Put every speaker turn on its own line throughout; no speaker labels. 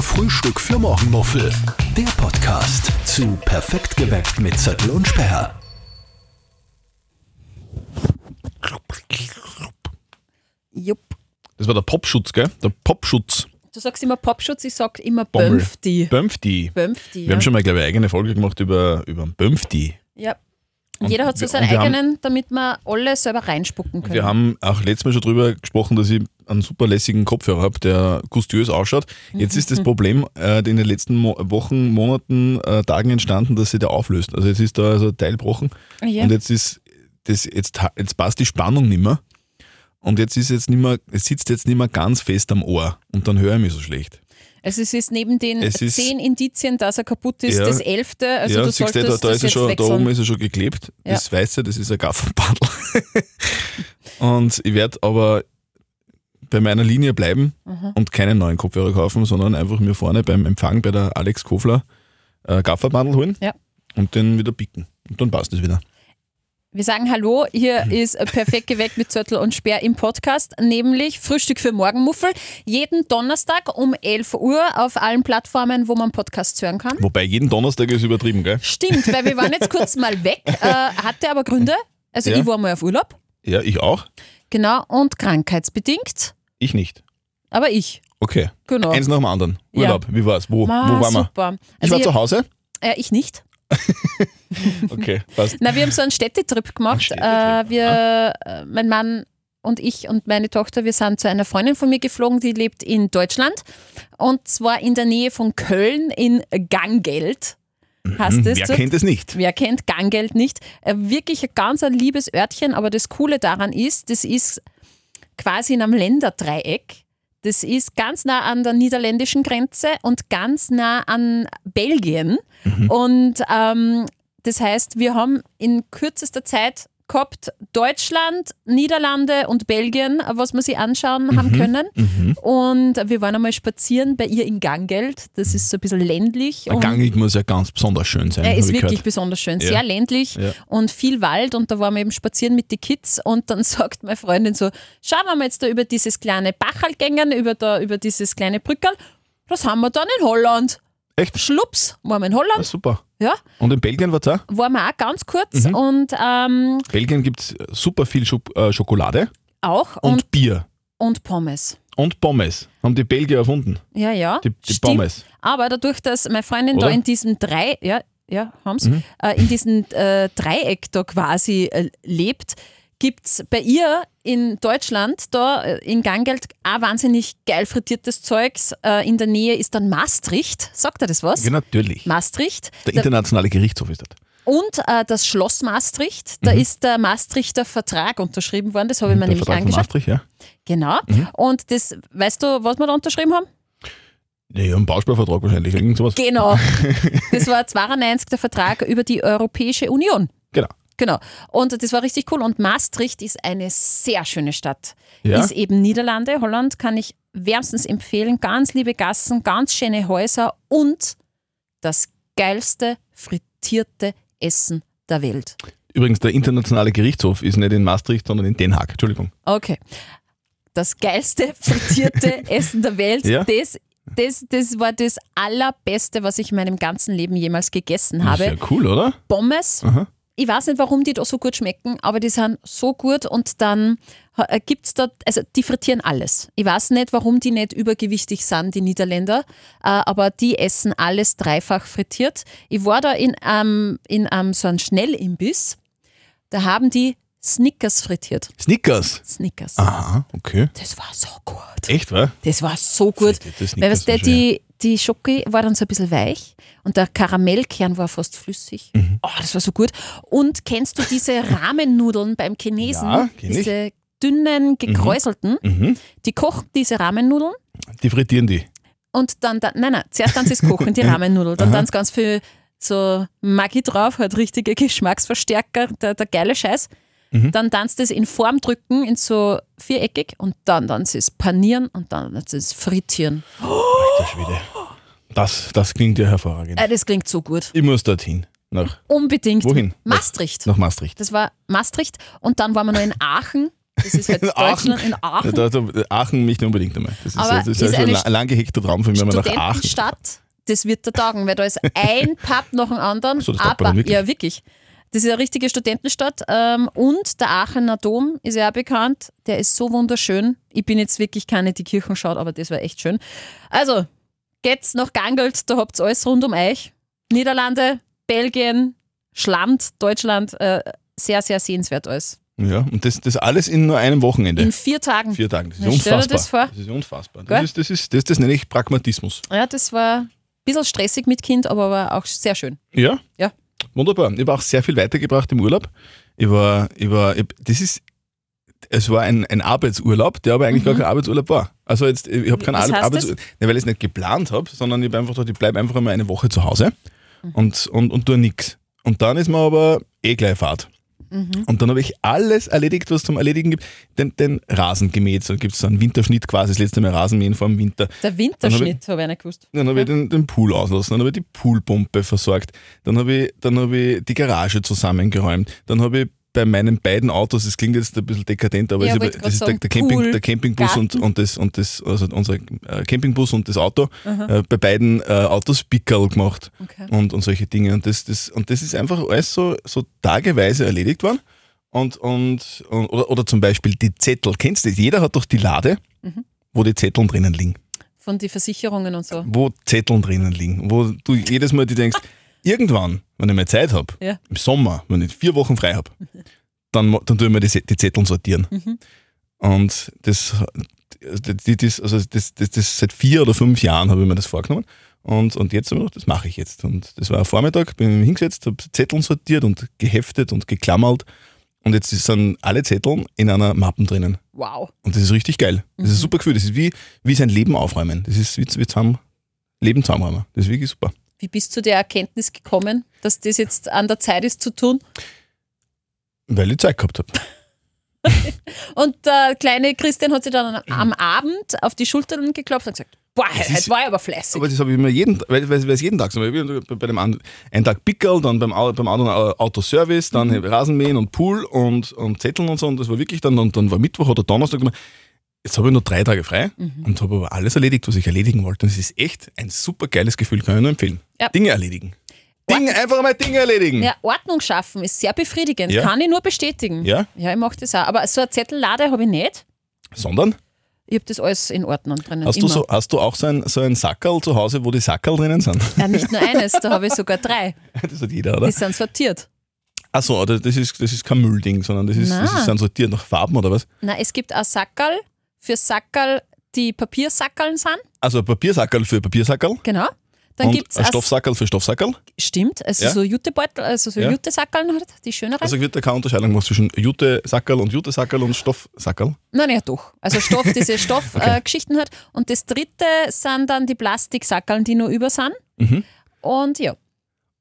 Frühstück für Morgenmuffel. Der Podcast zu Perfekt geweckt mit Zettel und Sperr.
Jupp.
Das war der Popschutz, gell? Der Popschutz.
Du sagst immer Popschutz, ich sag immer
Bommel.
Bömpfti.
Bömpfti.
Bömpfti.
Wir
Ja.
haben schon mal, glaube ich, eine eigene Folge gemacht über, über einen Bömpfti.
ja. Und jeder hat so
wir-
seinen
und wir haben-
eigenen, damit wir alle selber reinspucken können.
Wir haben auch letztes Mal schon drüber gesprochen, dass ich einen super lässigen Kopfhörer habe, der gustiös ausschaut. Jetzt ist das Problem äh, in den letzten Mo Wochen, Monaten, äh, Tagen entstanden, dass sie der auflöst. Also jetzt ist da also ein Teil gebrochen
ja.
und jetzt ist das, jetzt, ha- jetzt passt die Spannung nicht mehr. Und jetzt ist jetzt nicht mehr, es sitzt jetzt nicht mehr ganz fest am Ohr und dann höre ich mich so schlecht.
Also Es ist jetzt neben den
Es ist-
zehn Indizien, dass er kaputt ist,
Ja.
das elfte. Also
ja,
du
siehst du,
solltest
da, da,
das
ist er
jetzt
schon, da
wechseln.
oben ist er schon geklebt.
Ja.
Das Weiße, das ist ein Gafferpaddel. und ich werde aber bei meiner Linie bleiben
Mhm.
und keinen neuen Kopfhörer kaufen, sondern einfach mir vorne beim Empfang bei der Alex Kofler äh, Gafferbandel holen
Ja.
und den wieder picken. Und dann passt es wieder.
Wir sagen Hallo, hier ist Perfekt geweckt mit Zörtel und Speer im Podcast, nämlich Frühstück für Morgenmuffel. Jeden Donnerstag um 11 Uhr auf allen Plattformen, wo man Podcasts hören kann.
Wobei jeden Donnerstag ist übertrieben, gell?
Stimmt, weil wir waren jetzt kurz mal weg, äh, hatte aber Gründe. Also
Ja.
ich war mal auf Urlaub,
Ja, ich auch.
genau, und krankheitsbedingt,
Ich nicht.
aber ich,
Okay.
genau.
Eins nach dem anderen.
Ja.
Urlaub, wie war's? Wo,
Ma,
wo waren wir?
super.
Ich
Also
war zu Hause?
äh, ich nicht.
Okay, passt.
Na, wir haben so einen Städtetrip gemacht.
Städtetrip,
äh, wir, äh, mein Mann und ich und meine Tochter, wir sind zu einer Freundin von mir geflogen, die lebt in Deutschland und zwar in der Nähe von Köln in Gangelt. Hast es
Mhm. Wer
dort.
kennt es nicht?
Wer kennt Gangelt nicht? Äh, Wirklich ein ganz ein liebes Örtchen, aber das Coole daran ist, das ist quasi in einem Länderdreieck. Das ist ganz nah an der niederländischen Grenze und ganz nah an Belgien. Und ähm, das heißt, wir haben in kürzester Zeit gehabt Deutschland, Niederlande und Belgien, äh, was wir sie anschauen haben können. Und wir waren einmal spazieren bei ihr in Gangelt. Das ist so ein bisschen ländlich.
Der
und-
Gangelt muss ja ganz besonders schön sein.
er
hab
ist
ich
wirklich
gehört.
besonders schön,
Ja.
sehr ländlich
Ja.
und viel Wald und da waren wir eben spazieren mit den Kids und dann sagt meine Freundin so, schauen wir mal jetzt da über dieses kleine Bachal gängen, über, da, über dieses kleine Brückerl, das haben wir dann in Holland.
Echt?
Schlups, waren wir in Holland,
Ah, super.
ja,
Und in Belgien war es auch?
waren wir auch ganz kurz
Mhm.
und ähm,
Belgien gibt es super viel Scho äh, Schokolade
auch
und,
und,
Bier
und Pommes.
und Pommes. Haben die Belgier erfunden.
Ja, ja.
Die- die
stimmt.
Pommes.
Aber dadurch, dass meine Freundin da
Oder? Mhm.
in diesem drei, ja, ja, haben's, äh, in diesem äh, Dreieck da quasi äh, lebt, gibt's bei ihr in Deutschland, da äh, in Gangelt, auch wahnsinnig geil frittiertes Zeugs. Äh, in der Nähe ist dann Maastricht. Sagt er das was?
Ja, natürlich.
Maastricht.
Der internationale Gerichtshof ist das.
Und äh, das Schloss Maastricht, da ist der Maastrichter Vertrag unterschrieben worden, das habe ich mir
Mhm. Der
nämlich
Vertrag von
angeschaut.
Maastricht, Mhm. ja.
Genau. Und das, weißt du, was wir da unterschrieben haben?
Ja, ja, ein Bausparvertrag wahrscheinlich, irgend sowas.
Genau. Das war 92 der Vertrag über die Europäische Union.
genau.
Genau. Und das war richtig cool. Und Maastricht ist eine sehr schöne Stadt.
Ja?
Ist eben Niederlande, Holland kann ich wärmstens empfehlen. Ganz liebe Gassen, ganz schöne Häuser und das geilste frittierte Essen der Welt.
Übrigens, der internationale Gerichtshof ist nicht in Maastricht, sondern in Den Haag. Entschuldigung.
Okay. Das geilste frittierte Essen der Welt,
Ja.
das, das, das war das allerbeste, was ich in meinem ganzen Leben jemals gegessen habe.
Ist ja cool, oder?
Pommes.
Aha.
Ich weiß nicht, warum die da so gut schmecken, aber die sind so gut und dann gibt es da, also die frittieren alles. Ich weiß nicht, warum die nicht übergewichtig sind, die Niederländer, äh, aber die essen alles dreifach frittiert. Ich war da in, einem- in einem so einem Schnellimbiss, da haben die Snickers frittiert.
Snickers.
Snickers.
Aha, okay.
Das war so gut.
Echt, wa?
Das war so gut.
Frittierte Snickers
Weil was der,
sind schwer.
die, die Schoki war dann so ein bisschen weich und der Karamellkern war fast flüssig.
Mhm.
Oh, das war so gut. Und kennst du diese Rahmennudeln beim Chinesen?
Ja, kenn ich.
diese dünnen, gekräuselten.
Mhm.
Die kochen diese Rahmennudeln
Die frittieren die.
und dann, dann nein, nein, zuerst dann sie es kochen, die Rahmennudel. Dann dann ganz viel so Magie drauf, halt richtige Geschmacksverstärker, der, der geile Scheiß.
Mhm.
Dann dann das in Form drücken, in so viereckig und dann dann sie es panieren und dann dann sie es frittieren.
Der Schwede. Das, das klingt ja hervorragend.
Äh, das klingt so gut.
Ich muss dorthin. Nach,
Unbedingt.
Wohin?
Maastricht.
nach Maastricht.
Das war Maastricht und dann waren wir noch in Aachen. Das ist halt
In Aachen.
Deutschland in Aachen.
Da, da, Aachen nicht unbedingt einmal. Das ist,
Aber
das ist,
ist
ja schon
eine
ein la- lang gehegter Traum für mich, wenn man nach Aachen.
Studentenstadt, das wird der Tagen, weil da ist ein Pub nach dem anderen.
So, das taugt
aber,
man wirklich.
ja, wirklich. Das ist eine richtige Studentenstadt. Ähm, und der Aachener Dom ist ja auch bekannt. Der ist so wunderschön. Ich bin jetzt wirklich keine, die Kirchen schaut, aber das war echt schön. Also, geht's nach Gangelt, da habt ihr alles rund um euch. Niederlande, Belgien, Schland, Deutschland. Äh, sehr, sehr sehenswert alles.
Ja, und das, das alles in nur einem Wochenende.
In vier Tagen.
Vier Tagen. Das ist
Na, stell dir
unfassbar.
das vor.
ist unfassbar. Das,
Gell?
ist, das, ist, das, das nenne ich Pragmatismus.
Ja, das war ein bisschen stressig mit Kind, aber war auch sehr schön.
Ja?
Ja.
Wunderbar. Ich habe auch sehr viel weitergebracht im Urlaub. Ich war, ich war, ich, das ist, es war ein, ein Arbeitsurlaub, der aber eigentlich gar kein Arbeitsurlaub war. Also jetzt, ich habe keinen
Mhm. Was heißt
Arbeitsurlaub, ne, weil ich es nicht geplant habe, sondern ich habe einfach gedacht, ich bleibe einfach einmal eine Woche zu Hause
Mhm.
und, und, und tue nichts. Und dann ist mir aber eh gleich Fahrt.
Mhm.
Und dann habe ich alles erledigt, was zum Erledigen gibt. Den, den Rasen gemäht, so gibt es so einen Winterschnitt quasi, das letzte Mal Rasenmähen vor dem Winter.
Der Winterschnitt habe ich nicht gewusst.
Dann habe ich den, den Pool auslassen, dann habe ich die Poolpumpe versorgt, dann habe ich, dann habe ich die Garage zusammengeräumt, dann habe ich bei meinen beiden Autos, das klingt jetzt ein bisschen dekadent, aber
Ja,
es ist
wollte
aber-
grad
das ist der,
sagen,
der, Camping,
Pool,
der Campingbus und,
Garten.
und das, und das, also unser äh, Campingbus und das Auto, äh, bei beiden äh, Autos Pickerl gemacht
Okay.
und, und solche Dinge. Und das, das, und das ist einfach alles so, so tageweise erledigt worden. Und, und, und, oder, oder zum Beispiel die Zettel, kennst du das? Jeder hat doch die Lade,
Mhm.
wo die Zettel drinnen liegen
Von den Versicherungen und so.
wo Zetteln drinnen liegen, wo du jedes Mal dir denkst, irgendwann, wenn ich mal Zeit habe,
Ja.
im Sommer, wenn ich vier Wochen frei habe, dann, ma- dann tue ich mir die, Se- die Zetteln sortieren. Und das, die- das, also das, das, das seit vier oder fünf Jahren habe ich mir das vorgenommen. Und, und jetzt habe ich gedacht, das mache ich jetzt. Und das war ein Vormittag, bin ich mich hingesetzt, habe Zetteln sortiert und geheftet und geklammert. Und jetzt sind alle Zetteln in einer Mappe drinnen.
Wow.
Und das ist richtig geil. Das
Mhm.
ist ein super Gefühl. Das ist wie, wie sein Leben aufräumen. Das ist wie, wie zusammen, Leben zusammenräumen. Das ist wirklich super.
Wie bist du zu der Erkenntnis gekommen, dass das jetzt an der Zeit ist zu tun?
Weil ich Zeit gehabt habe.
Und der kleine Christian hat sich dann am Abend auf die Schultern geklopft und gesagt, boah,
Das
heute
Mhm. ist-
war ich aber fleißig.
Aber das habe ich mir jeden, weil, weil, weil es jeden Tag so war. Ich bin Bei bei dem einen, einen Tag Pickel, dann beim, Au- beim anderen Au- Autoservice,
Mhm.
dann Rasenmähen und Pool und, und Zetteln und so. Und das war wirklich dann, und dann war Mittwoch oder Donnerstag. Jetzt habe ich nur drei Tage frei
Mhm.
und habe aber alles erledigt, was ich erledigen wollte. Und es ist echt ein super geiles Gefühl, kann ich nur empfehlen.
Ja.
Dinge erledigen. Dinge, einfach mal Dinge erledigen.
ja, Ordnung schaffen ist sehr befriedigend.
Ja.
Kann ich nur bestätigen.
Ja.
ja ich mache das auch. Aber so eine Zettellade habe ich nicht.
Sondern
Ich habe das alles in Ordnung drinnen.
Hast du,
Äh, immer.
so, hast du auch so ein, so ein Sackerl zu Hause, wo die Sackerl drinnen sind?
ja, nicht nur eines, da habe ich sogar drei.
Das hat jeder,
Die
oder?
sind sortiert.
Achso, das ist, das ist kein Müllding, sondern das ist, das
Na.
ist dann sortiert nach Farben oder was?
Na, es gibt auch Sackerl für Sackerl, die Papiersackerln sind.
Also ein Papiersackerl für Papiersackerl
Genau. Dann
und
gibt
ein
es
Stoffsackerl für Stoffsackerl.
Stimmt, also
Ja.
so Jutebeutel, also so
Ja.
Jutesackerln halt, die schöneren.
Also wird da keine Unterscheidung gemacht zwischen Jute-Sackerl und Jute-Sackerl und Stoffsackerl.
Nein, ja doch. Also Stoff, diese Stoffgeschichten äh, Geschichten halt. Und das dritte sind dann die Plastiksackerln, die nur über sind.
Mhm.
Und ja,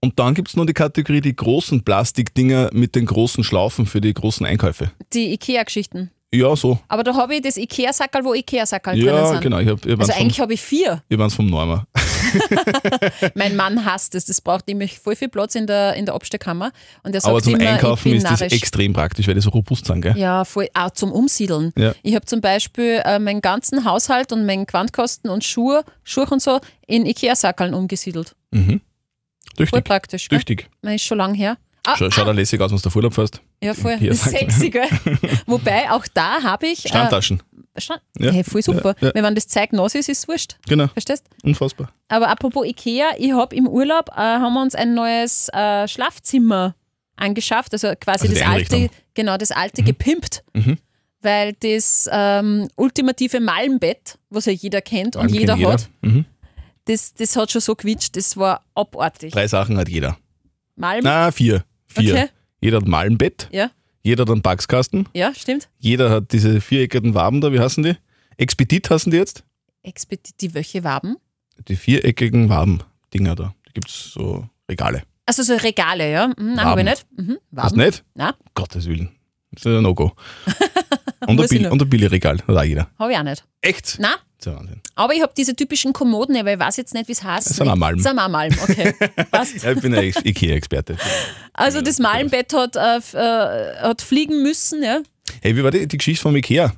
Und dann gibt es noch die Kategorie die großen Plastikdinger mit den großen Schlaufen für die großen Einkäufe.
die Ikea-Geschichten.
Ja, so.
Aber da habe ich das Ikea-Sackerl, wo Ikea-Sackerl drinnen
Ja,
sind.
genau. Ich habe ich
Also
also
eigentlich habe ich vier.
vom, vom Neumer.
Mein Mann hasst es. Das braucht nämlich voll viel Platz in der, in der Abstellkammer. Und er sagt
Aber zum
immer,
Einkaufen
ich bin
ist das
narrisch.
extrem praktisch, weil die so robust sind, gell?
Ja, voll, auch zum Umsiedeln.
Ja.
Ich habe zum Beispiel äh, meinen ganzen Haushalt und meinen Quantkosten und Schuhe, Schuhe und so in Ikea-Sackeln umgesiedelt. Voll
Tüchtig.
praktisch. Gell?
Tüchtig.
Man ist schon lang her. Ah,
Schau, schaut auch lässig aus, wenn du da Urlaub fährst.
ja, voll.
Ikea-Sackeln.
Sexy, gell? Wobei, auch da habe ich.
Standtaschen.
Äh, Stand
Ja.
hey, voll super.
Ja, ja.
Wenn man das Zeug nass ist, ist es wurscht.
Genau.
Verstehst?
Unfassbar.
Aber apropos Ikea, ich habe im Urlaub, äh, haben wir uns ein neues äh, Schlafzimmer angeschafft, also
Also
quasi
die Mhm.
das alte,
Einrichtung.
genau, das alte gepimpt. Weil das ähm, ultimative Malmbett, was ja jeder kennt und jeder, hat,
Mhm.
das, das hat schon so quietscht, das war abartig.
Drei Sachen hat jeder.
Malm,
Na, vier. Vier.
Okay.
Jeder hat mal ein Bett,
ja,
jeder hat einen Backskasten,
ja, stimmt.
jeder hat diese viereckigen Waben da, wie heißen die? Expedit heißen die jetzt?
Expedit die Wöche Waben.
Die viereckigen Waben-Dinger da. Da gibt es so Regale.
Also so Regale, ja. Hm, nein, habe ich
Waben.
nicht. Mhm,
Hast
Waben.
du nicht?
Nein,
Um Gottes Willen. Das ist ein No-Go. Und ein
Muss ich
Bill-
noch.
und ein Billigregal hat auch jeder.
habe ich auch nicht.
Echt?
Nein,
Das ist ja Wahnsinn.
aber ich habe diese typischen Kommoden, aber ich weiß jetzt nicht, wie es heißt.
Das sind auch Malm.
Sind auch Malm, okay. Passt.
Ja, ich bin ein Ikea-Experte.
Also das Malenbett hat, äh, f- äh, hat fliegen müssen, ja.
Hey, wie war die, die Geschichte von Ikea?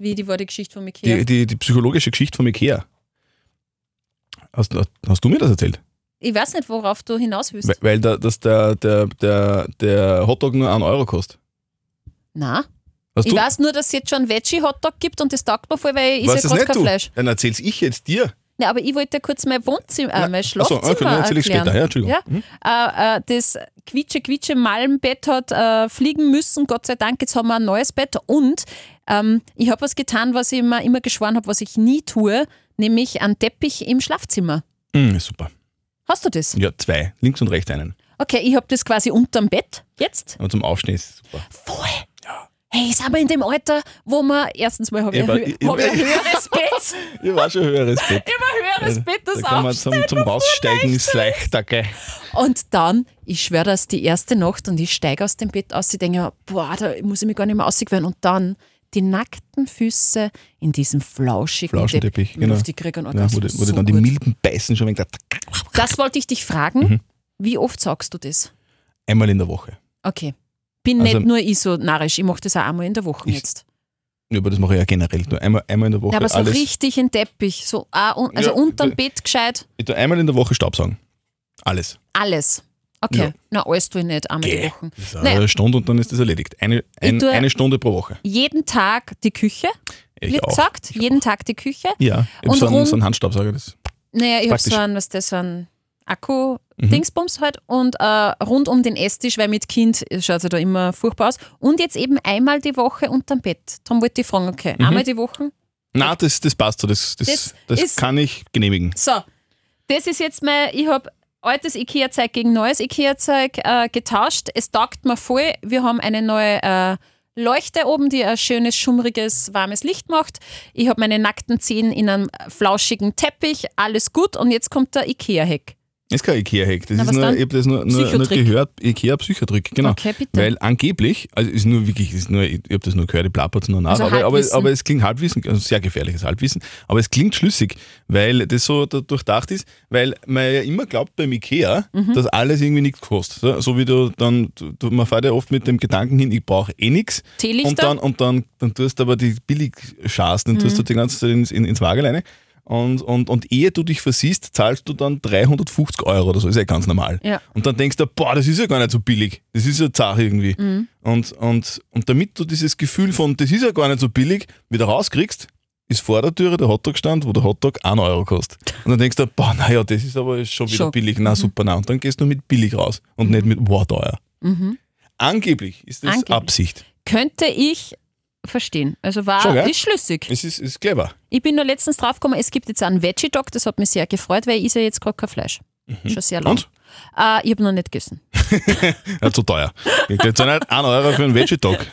Wie die war die Geschichte von Ikea?
Die, die, die psychologische Geschichte von Ikea. Hast, hast du mir das erzählt?
ich weiß nicht, worauf du hinaus willst.
Weil, weil da, dass der, der, der, der Hotdog nur 1 Euro kostet.
Nein.
Hast
Ich
du,
weiß nur, dass es jetzt schon Veggie-Hotdog gibt und das taugt mir voll, weil ich
weißt
esse ja
das
gerade
nicht
kein
du?
Fleisch.
Dann erzähl's ich jetzt dir.
Nein, aber ich wollte kurz mein Wohnzimmer, äh, mein
Achso,
Schlafzimmer
okay, dann erzähl ich
erklären.
später. Ja, Entschuldigung.
Ja. Äh, äh, das quietsche, quietsche Malmbett hat äh, fliegen müssen. Gott sei Dank, jetzt haben wir ein neues Bett. Und ähm, ich habe was getan, was ich immer, immer geschworen habe, was ich nie tue, nämlich einen Teppich im Schlafzimmer.
Hm? Hm, super.
Hast du das?
Ja, zwei. Links und rechts einen.
Okay, ich habe das quasi unterm Bett jetzt.
Aber zum Aufstehen ist es super.
Voll. Hey, sind wir in dem Alter, wo man erstens mal habe ich,
Ich war-
ein hö-
ich-
hab ich ein höheres Bett.
Ich war schon höheres Bett.
Immer höheres Bett, das
da kann man
auch.
zum, zum Raussteigen ist leichter, gell?
Und dann, ich schwöre das, die erste Nacht und ich steige aus dem Bett aus, ich denke, mir, boah, da muss ich mich gar nicht mehr ausgewöhnen. Und dann die nackten Füße in diesem flauschigen
Flaschenteppich, genau.
Die kriegen oh,
Ja, wurde, wurde
so
dann die
gut.
Milben beißen schon ein wenig.
Das wollte ich dich fragen.
Mhm.
Wie oft sagst du das?
Einmal in der Woche.
Okay. Bin
Also-
nicht nur ich so narrisch, ich mache das auch einmal in der Woche
Ich-
jetzt.
Ja, aber das mache ich ja generell. Nur einmal, einmal in der Woche
Ja, aber so
alles.
richtig in Teppich, so, ah, un, also
Ja, äh,
unterm
da-
Bett gescheit,
Ich tue einmal in der Woche Staubsaugen. Alles.
alles. Okay,
Ja.
na alles tue ich nicht, einmal die Woche.
Das ist
Nein.
eine Stunde und dann ist das erledigt. Eine, ein,
tue-
eine Stunde pro Woche.
Jeden Tag die Küche,
Ich
wird
auch.
gesagt, jeden Tag die Küche.
Ja, ich
Und
habe so, einen-
rund-
so einen Handstaubsauger. Das.
Naja, ich habe
Praktisch. Mhm.
so einen, was das, so einen Akku-Dingsbums halt und äh, rund um den Esstisch, weil mit Kind schaut ja da immer furchtbar aus. Und jetzt eben einmal die Woche unterm Bett. Darum wollte ich fragen, okay,
Mhm.
einmal die Woche.
Na, das, das passt so. Das, das,
Das
das,
ist-
kann ich genehmigen.
So, das ist jetzt mein, ich habe altes IKEA-Zeug gegen neues IKEA-Zeug äh, getauscht. Es taugt mir voll. Wir haben eine neue äh, Leuchte oben, die ein schönes, schummriges, warmes Licht macht. Ich habe meine nackten Zehen in einem flauschigen Teppich. Alles gut. Und jetzt kommt der IKEA-Hack.
Das ist kein Ikea-Hack. Das
Na,
ist
was
nur,
dann?
ich habe das nur, nur, nur
Psychotrick.
gehört. Ikea-Psychotrick, genau.
Okay, bitte.
Weil angeblich, also ist nur wirklich, ist nur, ich habe das nur gehört, ich plappert's nur nach,
Also
aber, aber,
Halbwissen.
aber es klingt Halbwissen, also sehr gefährliches Halbwissen, aber es klingt schlüssig, weil das so da- durchdacht ist, weil man ja immer glaubt beim Ikea,
Mhm.
dass alles irgendwie nichts kostet. So, so wie du dann, du, du- man fährt ja oft mit dem Gedanken hin, ich brauche eh nichts.
Teelichter?
Und dann, und dann, dann tust du aber die Billigschas, dann
Mhm.
tust du die ganze Zeit ins, in, ins Waageleine. Und, und, und ehe du dich versiehst, zahlst du dann 350 Euro oder so, ist ja ganz normal.
Ja.
Und dann denkst du, boah, das ist ja gar nicht so billig. Das ist ja zart irgendwie.
Mhm.
Und, und, und damit du dieses Gefühl von, das ist ja gar nicht so billig, wieder rauskriegst, ist vor der Türe der Hotdog-Stand, wo der Hotdog 1 Euro kostet. Und dann denkst du, boah, naja, das ist aber schon wieder
Schon.
billig. Na super, na. Und dann gehst du mit billig raus
Mhm.
und nicht mit, wow, teuer. Angeblich ist das
Angeblich.
Absicht.
könnte ich verstehen. Also war
Schon, gell?
ist schlüssig.
Es ist, ist clever.
Ich bin nur letztens draufgekommen, es gibt jetzt einen Veggie Dog, das hat mich sehr gefreut, weil ich esse ja jetzt gerade kein Fleisch. Schon sehr lange.
Mhm. Und?
Äh, ich habe noch nicht gegessen.
Ja, zu teuer. Ich krieg jetzt auch nicht 1 Euro für einen Veggie-Dog.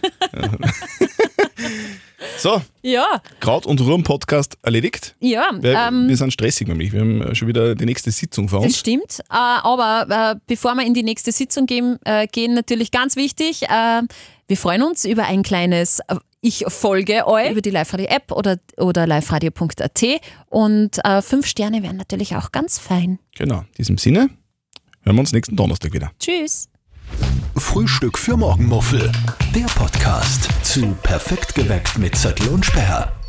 so,
Ja,
Kraut- und Ruhm-Podcast erledigt.
ja,
Wir,
ähm,
wir sind stressig nämlich. Wir haben äh, schon wieder die nächste Sitzung vor
das
uns.
stimmt. Äh, aber äh, bevor wir in die nächste Sitzung gehen, äh, gehen natürlich ganz wichtig, äh, wir freuen uns über ein kleines äh, Ich folge euch über die Live-Radio-App oder, oder liveradio.at und äh, fünf Sterne wären natürlich auch ganz fein.
Genau. In diesem Sinne hören wir uns nächsten Donnerstag wieder.
Tschüss.
Frühstück für Morgenmuffel. Der Podcast zu Perfekt geweckt mit Zettel und Sperr.